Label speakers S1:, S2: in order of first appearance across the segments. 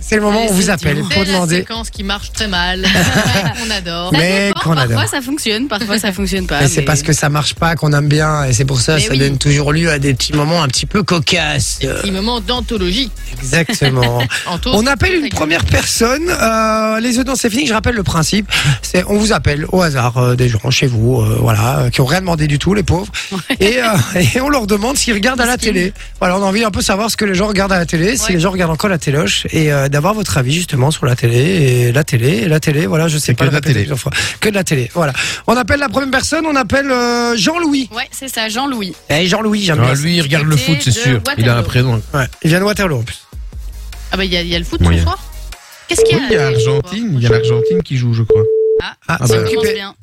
S1: C'est le moment où on
S2: Allez,
S1: vous
S2: c'est
S1: appelle
S2: idiot.
S1: pour
S3: C'est la
S1: demander.
S3: séquence qui marche très mal. On adore.
S2: Ça
S1: Mais
S2: dépend,
S1: qu'on adore.
S2: Parfois ça fonctionne, parfois ça fonctionne pas.
S1: Mais c'est parce que ça marche pas qu'on aime bien et c'est pour ça
S2: Mais
S1: ça
S2: oui.
S1: donne toujours lieu à des petits moments un petit peu cocasses. Euh,
S3: Petit moment d'anthologie.
S1: Exactement.
S3: Anto,
S1: On
S3: c'est
S1: appelle une
S3: très
S1: première personne. Euh, les audiences, c'est fini. Je rappelle le principe. C'est on vous appelle au hasard euh, des gens chez vous, euh, voilà, euh, qui ont rien demandé du tout, les pauvres. Et, euh, et on leur demande s'ils regardent à la
S2: Miskin.
S1: télé. Voilà, on a envie un peu savoir ce que les gens regardent à la télé, si
S3: Ouais.
S1: les gens regardent encore la téloche, et euh, d'avoir votre avis justement sur la télé et la télé, et la télé. Voilà, je sais
S4: Et
S1: pas
S4: que de la
S1: répéter
S4: télé.
S1: plusieurs fois. Que de la télé. Voilà. On appelle la première personne. On appelle euh, Jean-Louis.
S2: Ouais, c'est ça, Jean-Louis.
S1: Eh, Jean-Louis, j'aime bien.
S4: Ah, lui, il regarde le foot, c'est
S2: de
S4: sûr. Il a un
S2: Waterloo.
S4: prénom.
S1: Ouais. Il vient de Waterloo en plus.
S3: Ah bah il y, a- il y a le foot
S4: Moyen.
S3: ce soir Qu'est-ce qu'il y a
S4: Oui, il y a Argentine, il y a l'Argentine qui joue, je crois.
S1: Ah,
S4: Ah
S1: c'est
S4: bah.
S2: Commence
S1: occupé.
S2: bien.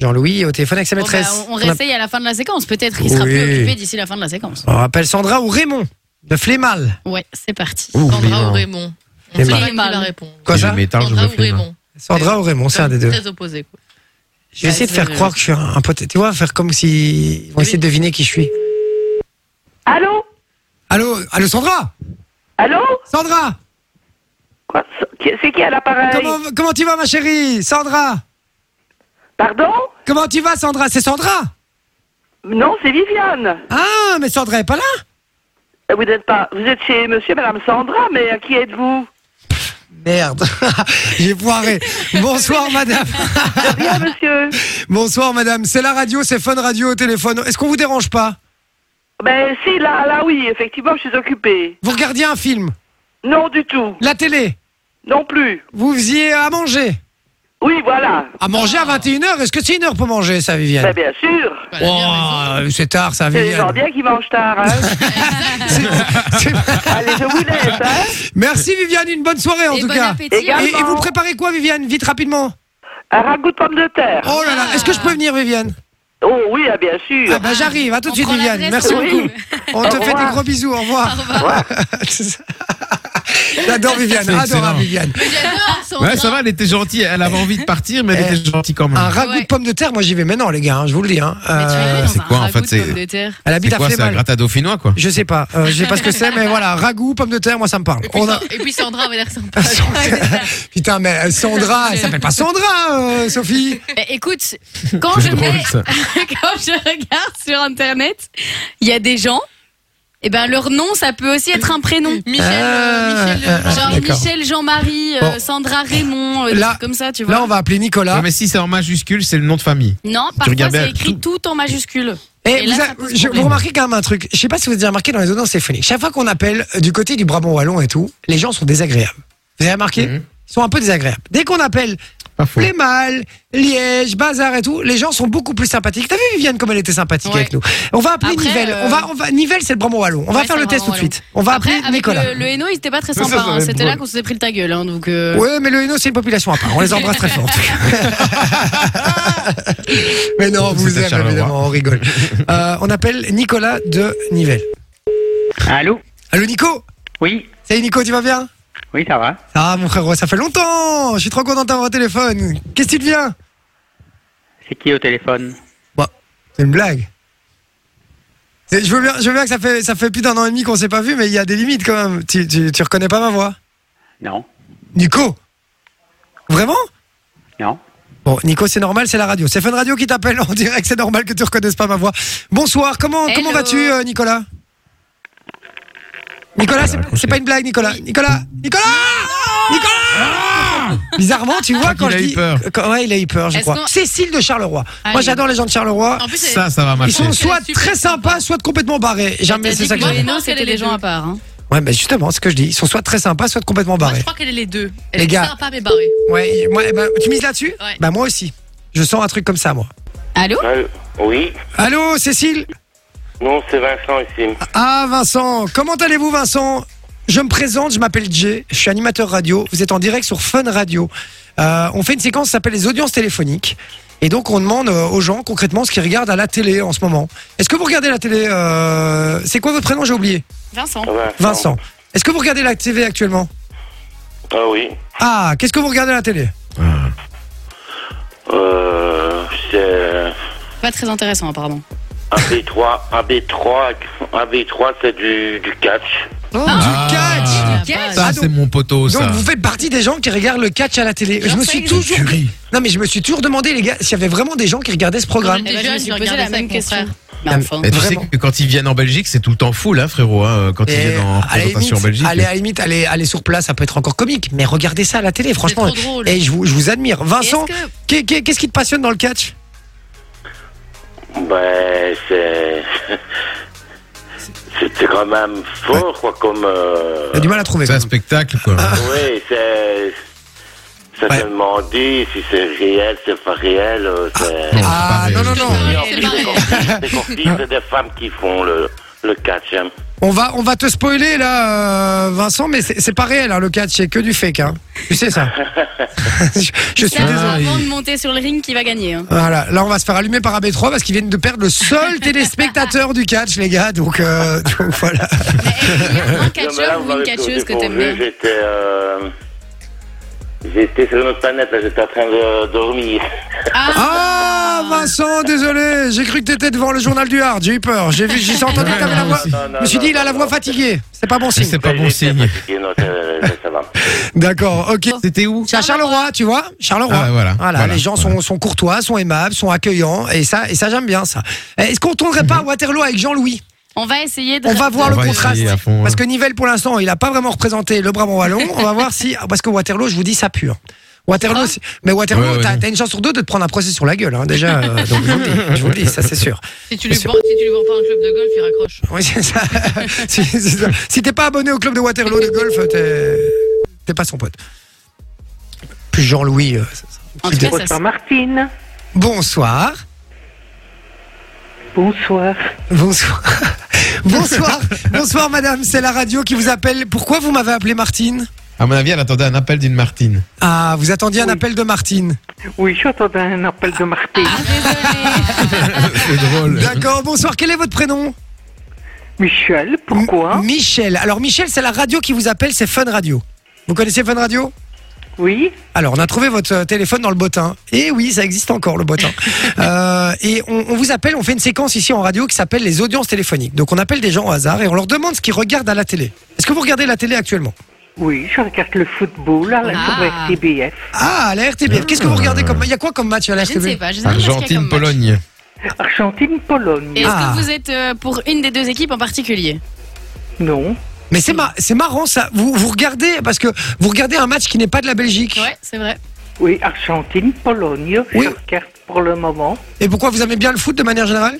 S1: Jean-Louis est au téléphone avec sa
S2: Bon, bah,
S1: maîtresse.
S2: on, on
S1: On a-
S2: réessaye à la fin de la séquence, peut-être il sera
S1: Oui.
S2: plus occupé d'ici la fin de la séquence.
S1: On appelle Sandra ou Raymond de Flémal.
S2: Ouais, c'est parti.
S4: Ouh, Raymond.
S3: Sandra ou Raymond On
S1: Et
S3: sait pas
S2: Mal.
S3: qui va répondre.
S1: Quoi
S4: Si
S1: ça
S4: je m'étale, je
S3: Sandra
S4: me
S3: ou
S4: filme.
S3: Raymond
S1: Sandra ou Raymond, c'est un des deux.
S3: Très opposé. quoi.
S1: Je vais essayer de
S3: Ouais,
S1: faire
S3: c'est-
S1: croire que je suis un un pote. Tu vois, faire comme si. Ils vont essayer de deviner qui je suis.
S5: Allô
S1: Allô, allô Sandra
S5: Allô
S1: Sandra
S5: Quoi C'est qui à l'appareil
S1: comment, comment tu vas, ma chérie Sandra
S5: Pardon
S1: Comment tu vas, Sandra C'est Sandra
S5: Non, c'est Viviane.
S1: Ah, mais Sandra est pas là
S5: Euh, Vous n'êtes pas. Vous êtes chez Monsieur, et Madame Sandra, mais à qui êtes-vous
S1: Merde, j'ai poiré. Bonsoir, madame.
S5: Bien, Monsieur.
S1: Bonsoir, madame. C'est la radio, c'est Fun Radio au téléphone. Est-ce qu'on vous dérange pas
S5: Ben si, là, là, oui, effectivement, je suis occupée.
S1: Vous regardiez un film,
S5: Non du tout.
S1: la télé,
S5: Non plus.
S1: vous faisiez à manger.
S5: Oui, voilà.
S1: À manger à 21h, est-ce que c'est une heure pour manger, ça, Vivienne
S5: Ben bien sûr.
S3: Bah, la meilleure raison.
S1: Oh, c'est tard, ça,
S5: C'est les gens
S1: Viviane.
S5: bien qui mangent tard. Hein.
S1: C'est-
S5: Allez, je vous laisse. Hein.
S1: Merci, Viviane. Une bonne soirée, en
S2: Et
S1: tout
S2: bon
S1: cas.
S2: appétit.
S5: Et-
S1: Et,
S5: Également.
S1: et vous préparez quoi, Viviane Vite, rapidement.
S5: Un ragoût de pommes de terre.
S1: Oh là là, est-ce que je peux venir, Vivienne
S5: Oh oui, ah, bien sûr.
S1: Ah bah j'arrive, à tout de
S2: On
S1: suite,
S2: prend
S1: Viviane.
S2: l'adresse,
S1: Merci
S5: on
S1: beaucoup.
S5: arrive.
S1: On te
S5: Au
S1: fait des
S5: revoir.
S1: gros bisous, au revoir.
S5: revoir.
S1: C'est ça. J'adore Viviane,
S4: C'est
S1: adorable
S4: excellent.
S1: Viviane.
S3: J'adore Sandra.
S4: Ouais, ça va, elle était gentille. Elle avait envie de partir, mais elle
S1: Eh.
S4: était gentille quand
S1: Un
S4: même.
S1: ragoût de
S3: Ouais.
S1: pommes de terre, moi j'y vais maintenant, les gars, hein, je vous le dis. hein.
S2: Mais tu
S1: Euh,
S2: es
S4: c'est
S2: dans un
S4: quoi, en
S2: ragoût
S4: fait,
S2: de
S4: c'est-
S2: pommes de terre.
S1: elle
S4: C'est
S1: habite à
S4: quoi, c'est un
S1: Flémal.
S4: gratin dauphinois, quoi
S1: Je sais pas, euh, je sais pas ce que c'est, mais voilà, ragoût, pommes de terre, moi ça me parle.
S3: Et puis,
S1: On a- Ah,
S3: Sa- et puis Sandra avait l'air sympa.
S1: Putain, mais euh, Sandra, elle s'appelle pas Sandra, euh, Sophie.
S2: Mais écoute, quand je,
S4: C'est drôle,
S2: mets-
S4: ça.
S1: Ah.
S2: quand je regarde sur internet, il y a des gens, et ben leur nom ça peut aussi être un prénom.
S3: Michel,
S1: Ah,
S3: euh, Michel,
S1: ah, ah,
S3: genre
S2: Genre
S1: d'accord.
S2: Michel, Jean-Marie, euh,
S1: Bon.
S2: Sandra, Raymond, euh, des
S1: Là-
S2: trucs comme ça, tu vois.
S1: Là, on va appeler Nicolas.
S4: Ouais, mais si c'est en majuscule, c'est le nom de famille.
S2: Non, parfois
S4: regardes
S2: c'est
S4: bien
S2: écrit tout. en majuscule.
S1: Et Eh,
S2: Et
S1: vous,
S2: là,
S1: a-
S2: ça pose
S1: je-
S2: problème.
S1: vous remarquez quand même un truc. Je sais pas si vous avez déjà remarqué dans les audiences téléphoniques. Chaque fois qu'on appelle euh, du côté du Brabant wallon et tout, les gens sont désagréables. Vous avez remarqué
S4: Mhm.
S1: Ils sont un peu désagréables. Dès qu'on appelle
S4: Pas faux.
S1: Plémal, Liège, Bazar et tout, les gens sont beaucoup plus sympathiques. T'as vu Viviane comme elle était sympathique
S3: Ouais.
S1: avec nous. On va appeler
S2: Après,
S1: Nivelle.
S2: euh,
S1: On va, on va Nivelle, c'est le Brabant wallon. On va
S2: Ouais,
S1: faire
S2: c'est
S1: le
S2: le
S1: test tout de
S2: Brabant
S1: suite. On va
S2: Après,
S1: appeler
S2: avec
S1: Nicolas.
S2: le, le Hainaut, il était pas très
S4: Ça,
S2: sympa.
S4: ça va
S2: hein.
S4: être
S2: C'était
S4: drôle.
S2: là qu'on s'était pris le ta gueule. hein, donc, euh,
S1: Ouais, mais le Hainaut, c'est une population à part. On les embrasse très fort. en tout cas. mais non, on vous
S4: C'était
S1: aime,
S4: Charleroi.
S1: évidemment, on rigole. Euh, on appelle Nicolas de Nivelle.
S6: Allô
S1: Allô, Nico
S6: Oui,
S1: Salut Nico, tu vas bien
S6: oui, ça va.
S1: Ah, mon frérot, ça fait longtemps Je suis trop content d'avoir au téléphone. Qu'est-ce que tu deviens Bah,
S6: C'est qui au téléphone
S1: C'est une blague. C'est- Je veux, bien, je veux bien que ça fait, ça fait plus d'un an et demi qu'on s'est pas vu, mais il y a des limites quand même. Tu, tu, tu reconnais pas ma voix
S6: Non,
S1: Nico Vraiment
S6: non.
S1: Bon, Nico, c'est normal, c'est la radio. C'est Fun Radio qui t'appelle en direct, c'est normal que tu reconnaisses pas ma voix. Bonsoir, comment,
S2: Hello.
S1: comment vas-tu, euh, Nicolas Nicolas, c'est
S4: raccroché.
S1: c'est pas une blague, Nicolas. Nicolas Nicolas Nicolas
S2: Ah
S1: Bizarrement, tu vois,
S4: crois
S1: quand je
S4: qu'il a eu
S1: dis.
S4: peur.
S1: quand- ouais, il a eu peur, je
S2: Est-ce
S1: crois.
S2: qu'on-
S1: Cécile de Charleroi.
S2: Ah,
S1: Moi,
S2: il-
S1: j'adore les gens de Charleroi.
S3: En plus, elle-
S4: Ça, ça va
S1: Ils
S4: marcher.
S1: sont soit
S3: super
S1: très sympas, soit complètement barrés. Jamais,
S2: t'as
S1: c'est
S2: dit
S1: ça
S2: que
S1: que
S2: le
S1: j'aime.
S3: j'aime.
S2: Hainaut, c'était
S3: Moi,
S2: des
S3: je
S2: gens
S3: pense
S2: à part. hein.
S1: Ouais, bah justement, ce que je dis. Ils sont soit très sympas, soit complètement
S3: moi, je
S1: barrés.
S3: crois qu'elle est les deux. Elle
S1: Les
S3: est
S1: gars.
S3: sympa mais barrée.
S1: Ouais, moi, bah, tu mises là-dessus
S3: Ouais.
S1: Bah, moi aussi. Je sens un truc comme ça, moi.
S2: Allô
S7: Oui,
S1: Allô, Cécile
S7: non, c'est Vincent ici.
S1: Ah Vincent, comment allez-vous Vincent Je me présente, je m'appelle Jay, je suis animateur radio, vous êtes en direct sur Fun Radio. Euh, on fait une séquence qui s'appelle les audiences téléphoniques. Et donc on demande euh, aux gens concrètement ce qu'ils regardent à la télé en ce moment. Est-ce que vous regardez la télé euh, C'est quoi votre prénom J'ai oublié.
S2: Vincent.
S7: Vincent.
S1: Vincent. Est-ce que vous regardez la TV actuellement
S7: Ah oui.
S1: Ah, qu'est-ce que vous regardez à la télé
S7: Euh, c'est
S2: Pas très intéressant, apparemment.
S7: AB3. AB3, AB3, c'est du, du catch.
S1: Oh,
S2: Ah.
S1: du catch
S4: Ah,
S2: catch.
S4: Ça,
S1: Ah,
S4: c'est mon poteau,
S1: Donc
S4: ça.
S1: vous faites partie des gens qui regardent le catch à la télé. Je
S2: Genre,
S1: me
S2: ça
S1: suis
S2: existe.
S1: toujours non mais je me suis toujours demandé les gars s'il y avait vraiment des gens qui regardaient ce programme.
S3: Eh ben, je me suis posé la même question.
S1: Bah, enfin.
S4: Et tu sais
S1: Vraiment.
S4: que quand ils viennent en Belgique, c'est tout le temps fou, là, frérot, hein, quand ils
S1: Et
S4: viennent en
S1: à la
S4: représentation en
S1: limite,
S4: Belgique.
S1: allez, à la limite, allez, allez sur place, ça peut être encore comique. Mais regardez ça à la télé,
S3: C'est
S1: franchement.
S3: trop drôle.
S1: Et je vous, je vous admire.
S3: Est-ce
S1: Vincent,
S3: que-
S1: qu'est- qu'est- qu'est-ce qui te passionne dans le catch
S7: Ben, c'est. C'était quand même fort, quoi, comme. euh,
S1: Il a du mal à trouver.
S4: C'est un spectacle, quoi.
S7: Oui, c'est. C'est
S1: Ouais.
S7: tellement dit, si c'est réel, c'est pas réel. euh, C'est.
S4: Non,
S1: Ah
S4: c'est
S1: non
S4: pas
S1: non
S4: réel.
S1: non.
S7: Et en
S3: c'est
S7: plus,
S3: pas
S7: c'est
S3: réel.
S7: qu'on- c'est qu'on dit, c'est des femmes qui font le, le catch. hein.
S1: On va on va te spoiler là, euh, Vincent, mais c'est c'est pas réel hein, le catch, c'est que du fake. hein. Tu sais ça. je, je suis
S2: C'est
S1: désolé.
S4: Ah,
S2: avant
S4: il-
S2: de monter sur le ring qui va gagner. hein.
S1: Voilà, là on va se faire allumer par AB3 parce qu'ils viennent de perdre le seul téléspectateur du catch, les gars. Donc, euh, donc voilà.
S3: Mais, eh, il y a un catcheur
S7: Non, mais là, vous
S3: ou une
S7: m'avez
S3: catcheuse que
S7: posé
S3: t'aimes
S7: pour
S3: bien.
S7: vue, J'étais. euh, J'étais sur une autre planète, là, j'étais en train de dormir.
S1: Ah, Vincent, désolé, j'ai cru que t'étais devant le journal du Hard, j'ai eu peur. J'ai vu, j'ai entendu que t'avais la voix.
S7: Non, non,
S1: Je me suis
S7: non,
S1: dit, il a la
S7: non,
S1: voix
S7: non.
S1: fatiguée. C'est pas bon
S4: Mais
S1: signe.
S4: C'est pas bon
S7: J'étais
S4: signe.
S7: fatigué, non, ça- ça va.
S1: D'accord, ok.
S4: C'était où
S1: C'est à Charleroi, tu vois Charleroi.
S4: Ah, voilà.
S1: Voilà,
S4: Voilà,
S1: les gens
S4: voilà.
S1: Sont, sont courtois, sont aimables, sont accueillants, et ça, et ça j'aime bien ça. Eh, Est-ce qu'on tournerait pas à Waterloo avec Jean-Louis
S2: On va essayer de.
S1: On va voir
S4: Mhm. On
S1: le
S4: va
S1: contraste.
S4: essayer à fond, hein. ouais.
S1: Parce que Nivelle, pour l'instant, il a pas vraiment représenté le Brabant Wallon. On va voir si. Parce que Waterloo, je vous dis, ça pure. Waterloo, c'est- mais Waterloo,
S4: Ah. Ouais, ouais,
S1: t'as
S4: non.
S1: t'as une chance sur deux de te prendre un procès sur la gueule, hein, déjà. euh, donc, je vous le dis, je vous le dis, ça c'est sûr.
S3: Si tu lui
S1: C'est-
S3: vends si tu lui vends pas un club de golf, il raccroche.
S1: Oui, c'est ça. Si- c'est ça. Si t'es pas abonné au club de Waterloo de golf, t'es t'es pas son pote. Plus Jean-Louis. euh, ça- ça-
S2: En tout cas, ça
S5: Bonsoir Martine.
S1: Bonsoir.
S5: Bonsoir.
S1: Bonsoir. Bonsoir. Bonsoir, madame. C'est la radio qui vous appelle. Pourquoi vous m'avez appelé Martine
S4: À mon avis, elle attendait un appel d'une Martine.
S1: Ah, vous attendiez un
S5: Oui.
S1: appel de Martine.
S5: Oui, j'attendais un appel de Martine.
S4: C'est drôle.
S1: D'accord, bonsoir. Quel est votre prénom
S5: Michel, pourquoi
S1: M- Michel. Alors, Michel, c'est la radio qui vous appelle, c'est Fun Radio. Vous connaissez Fun Radio
S5: Oui.
S1: Alors, on a trouvé votre euh, téléphone dans le bottin. Et oui, ça existe encore, le bottin. Euh, et on, on vous appelle, on fait une séquence ici en radio qui s'appelle les audiences téléphoniques. Donc, on appelle des gens au hasard et on leur demande ce qu'ils regardent à la télé. Est-ce que vous regardez la télé actuellement
S5: Oui, je regarde le football à la
S3: Ah.
S5: sur RTBF.
S1: Ah, à la RTBF. Qu'est-ce que vous regardez comme. Il y a quoi comme match à la
S2: Je ne sais
S1: RTBF
S2: pas. Je ne sais pas ce qu'il y a
S4: Argentine,
S2: comme match.
S4: Pologne.
S2: Et
S5: Argentine-Pologne.
S2: Est-ce
S1: Ah.
S2: que vous êtes euh, pour une des deux équipes en particulier
S5: Non.
S1: Mais c'est mar- c'est marrant ça. Vous, vous regardez, parce que vous regardez un match qui n'est pas de la Belgique.
S2: Ouais, c'est vrai.
S5: Oui, Argentine-Pologne.
S1: Oui.
S5: Je regarde pour le moment.
S1: Et pourquoi vous aimez bien le foot de manière générale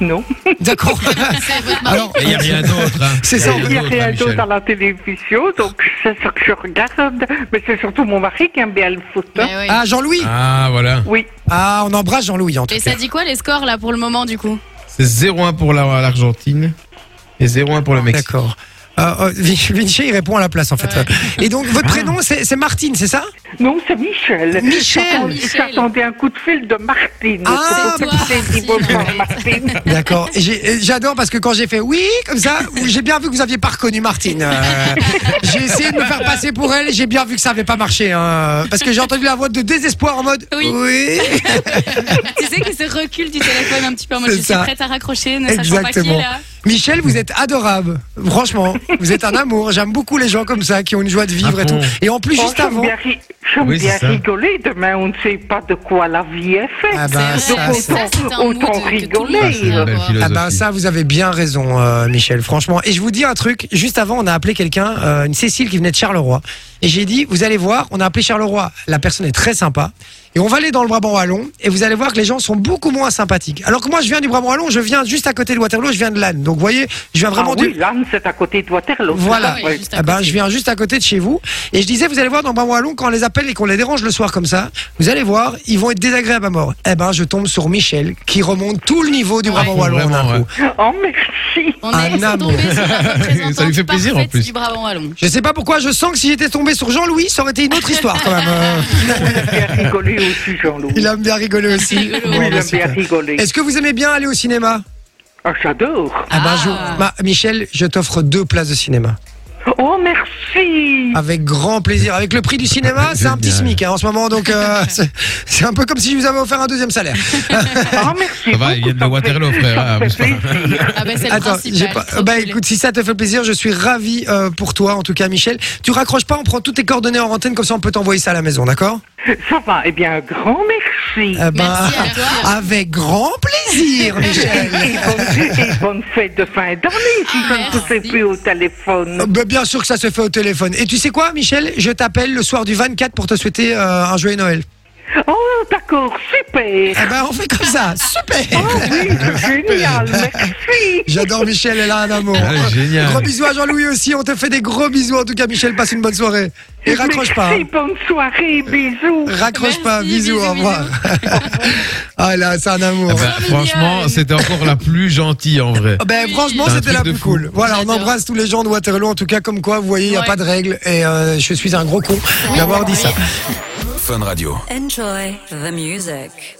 S5: Non.
S1: D'accord.
S3: C'est votre mari.
S1: Alors,
S4: Il n'y a rien d'autre. hein.
S1: C'est
S4: Y a
S1: ça,
S4: rien
S5: Il n'y a
S4: d'autre, hein,
S5: rien
S4: Michel.
S5: d'autre à la télévision, donc c'est ce que je regarde. Mais c'est surtout mon mari qui aime bien le foot. hein.
S3: Mais oui.
S1: Ah, Jean-Louis
S4: Ah, voilà.
S5: Oui,
S1: Ah, on embrasse Jean-Louis en tout
S2: Et ça
S1: cas.
S2: dit quoi les scores là pour le moment du coup
S4: C'est 0-1 pour la- l'Argentine et 0-1 pour le Mexique.
S1: D'accord. Euh, euh, Vin- Vinci, il répond à la place en fait. Et donc, votre
S4: Ah.
S1: prénom, c'est c'est Martine, c'est ça
S5: non, c'est Michel.
S1: Michel.
S5: J'attendais-
S3: Michel.
S5: J'attendais un coup de fil de Martine.
S1: Ah,
S5: c'est pour ça que j'ai dit
S3: Martine.
S5: bonsoir, Martine.
S1: D'accord. Et j'ai- et J'adore parce que quand j'ai fait oui, comme ça, j'ai bien vu que vous aviez pas reconnu Martine. Euh, j'ai essayé de me faire passer pour elle, j'ai bien vu que ça avait pas marché. hein. parce que j'ai entendu la voix de désespoir en mode
S2: Oui. Tu sais que ce recul du téléphone un petit peu en mode
S1: C'est
S2: je suis
S1: ça.
S2: prête à raccrocher, ne sachant pas qui
S1: Exactement.
S2: est là.
S1: Michel, vous êtes adorable. Franchement, vous êtes un amour. J'aime beaucoup les gens comme ça qui ont une joie de vivre
S4: Ah
S1: et
S4: bon
S1: tout. Et en plus,
S5: Oh,
S1: juste
S5: j'aime
S1: avant.
S5: bien, ri- j'aime
S4: Oui, c'est
S5: bien
S4: ça.
S5: rigoler. Demain, on ne sait pas de quoi la vie est faite.
S1: Ah bah,
S2: C'est
S1: ça,
S2: vrai,
S1: c'est-
S2: ça, c'est un
S5: autant
S2: mood que tout le monde
S5: rigoler.
S2: doit
S4: C'est une belle
S2: avoir.
S1: Ah ben
S4: philosophie.
S1: ça, vous avez bien raison, euh, Michel, franchement. Et je vous dis un truc, juste avant, on a appelé quelqu'un, euh, une Cécile qui venait de Charleroi. Et j'ai dit, vous allez voir, on a appelé Charleroi. La personne est très sympa. Et on va aller dans le Brabant Wallon, et vous allez voir que les gens sont beaucoup moins sympathiques. Alors que moi, je viens du Brabant Wallon, je viens juste à côté de Waterloo, je viens de Lannes. Donc vous voyez, je viens vraiment
S5: ah oui,
S1: du...
S5: l'âne, c'est à côté de Waterloo.
S1: Voilà.
S5: Oui.
S2: juste à
S1: Ah ben,
S2: côté.
S1: je viens juste à côté de chez vous. Et je disais, vous allez voir dans Brabant Wallon, quand on les appelle et qu'on les dérange le soir comme ça, vous allez voir, ils vont être désagréables à mort. Eh ben, je tombe sur Michel, qui remonte tout le niveau du Brabant Wallon d'un
S4: Vraiment,
S1: coup.
S4: ouais.
S5: Oh, merci.
S2: On
S1: Un
S2: est tombé
S1: amour.
S2: sur la représentante
S4: Ça lui fait plaisir, en
S2: parfaite
S4: plus.
S2: du Brabant Wallon.
S1: Je sais pas pourquoi, je sens que si j'étais tombé sur Jean-Louis, ça aurait été une autre histoire quand même. Euh,
S5: bien rigoler aussi, Jean-Louis.
S1: il aime bien rigoler aussi.
S5: Oui,
S1: Bon,
S5: il
S1: bah,
S5: aime bien
S1: super.
S5: rigoler.
S1: Est-ce que vous aimez bien aller au cinéma
S5: Ah, j'adore.
S1: Ah, bah,
S2: Ah.
S1: je- bah, Michel, je t'offre deux places de cinéma.
S5: Oh, merci.
S4: Ah,
S1: Avec grand plaisir. Avec le prix du cinéma, c'est un petit
S4: Génial.
S1: SMIC hein, en ce moment, donc euh, c'est- c'est un peu comme si je vous avais offert un deuxième salaire.
S5: Oh, merci.
S4: Ça va, il
S5: beaucoup,
S4: vient de
S5: ça me
S4: Waterloo,
S5: fait-
S4: frère,
S5: ça
S4: hein,
S5: me
S4: abuse
S5: fait
S4: pas.
S5: plaisir.
S3: Ah bah c'est le
S1: Attends,
S3: principal.
S1: j'ai pas.
S3: faut
S1: Bah
S3: qu'il ait.
S1: écoute, si ça te fait plaisir, je suis ravi euh, pour toi, en tout cas, Michel. Tu raccroches pas, on prend toutes tes coordonnées en antenne, comme ça on peut t'envoyer ça à la maison, d'accord
S5: Ça va. Eh bien, un grand merci.
S4: Ah,
S1: Euh, ben,
S3: Merci à toi.
S1: Avec grand plaisir, Michel.
S5: Et bonne, et bonne fête de fin d'année si
S3: Ah,
S5: ça ne se fait
S3: merci.
S5: plus au téléphone.
S1: Euh, bah, bien sûr que ça se fait au téléphone. Et tu sais quoi, Michel Je t'appelle le soir du 24 pour te souhaiter euh, un joyeux Noël.
S4: Ah.
S5: Oh, d'accord, super.
S1: Eh ben, on fait comme ça. Super
S4: Ah,
S5: Oh oui, c'est génial, merci.
S1: J'adore Michel, elle a un amour.
S4: Ouais, Ah, génial.
S1: Gros bisous à Jean-Louis aussi. On te fait des gros bisous. En tout cas, Michel, passe une bonne soirée. Et raccroche pas.
S5: Merci,
S1: hein.
S5: bonne soirée, bisous.
S1: Raccroche
S3: Merci,
S1: pas. Bisous,
S3: bisous,
S1: au revoir. ah là, c'est un amour.
S4: Eh ben, franchement, c'était encore la plus gentille en vrai.
S1: Ah Ben,
S3: Oui.
S1: franchement,
S4: C'est un
S1: c'était
S4: truc
S1: la
S4: de
S1: plus
S4: fou.
S1: cool. Voilà, on
S3: J'adore.
S1: embrasse tous les gens de Waterloo. En tout cas, comme quoi, vous voyez, il n'y a
S3: Ouais.
S1: pas de règles. Et euh, je suis un gros con d'avoir dit ça.
S8: Enjoy the music.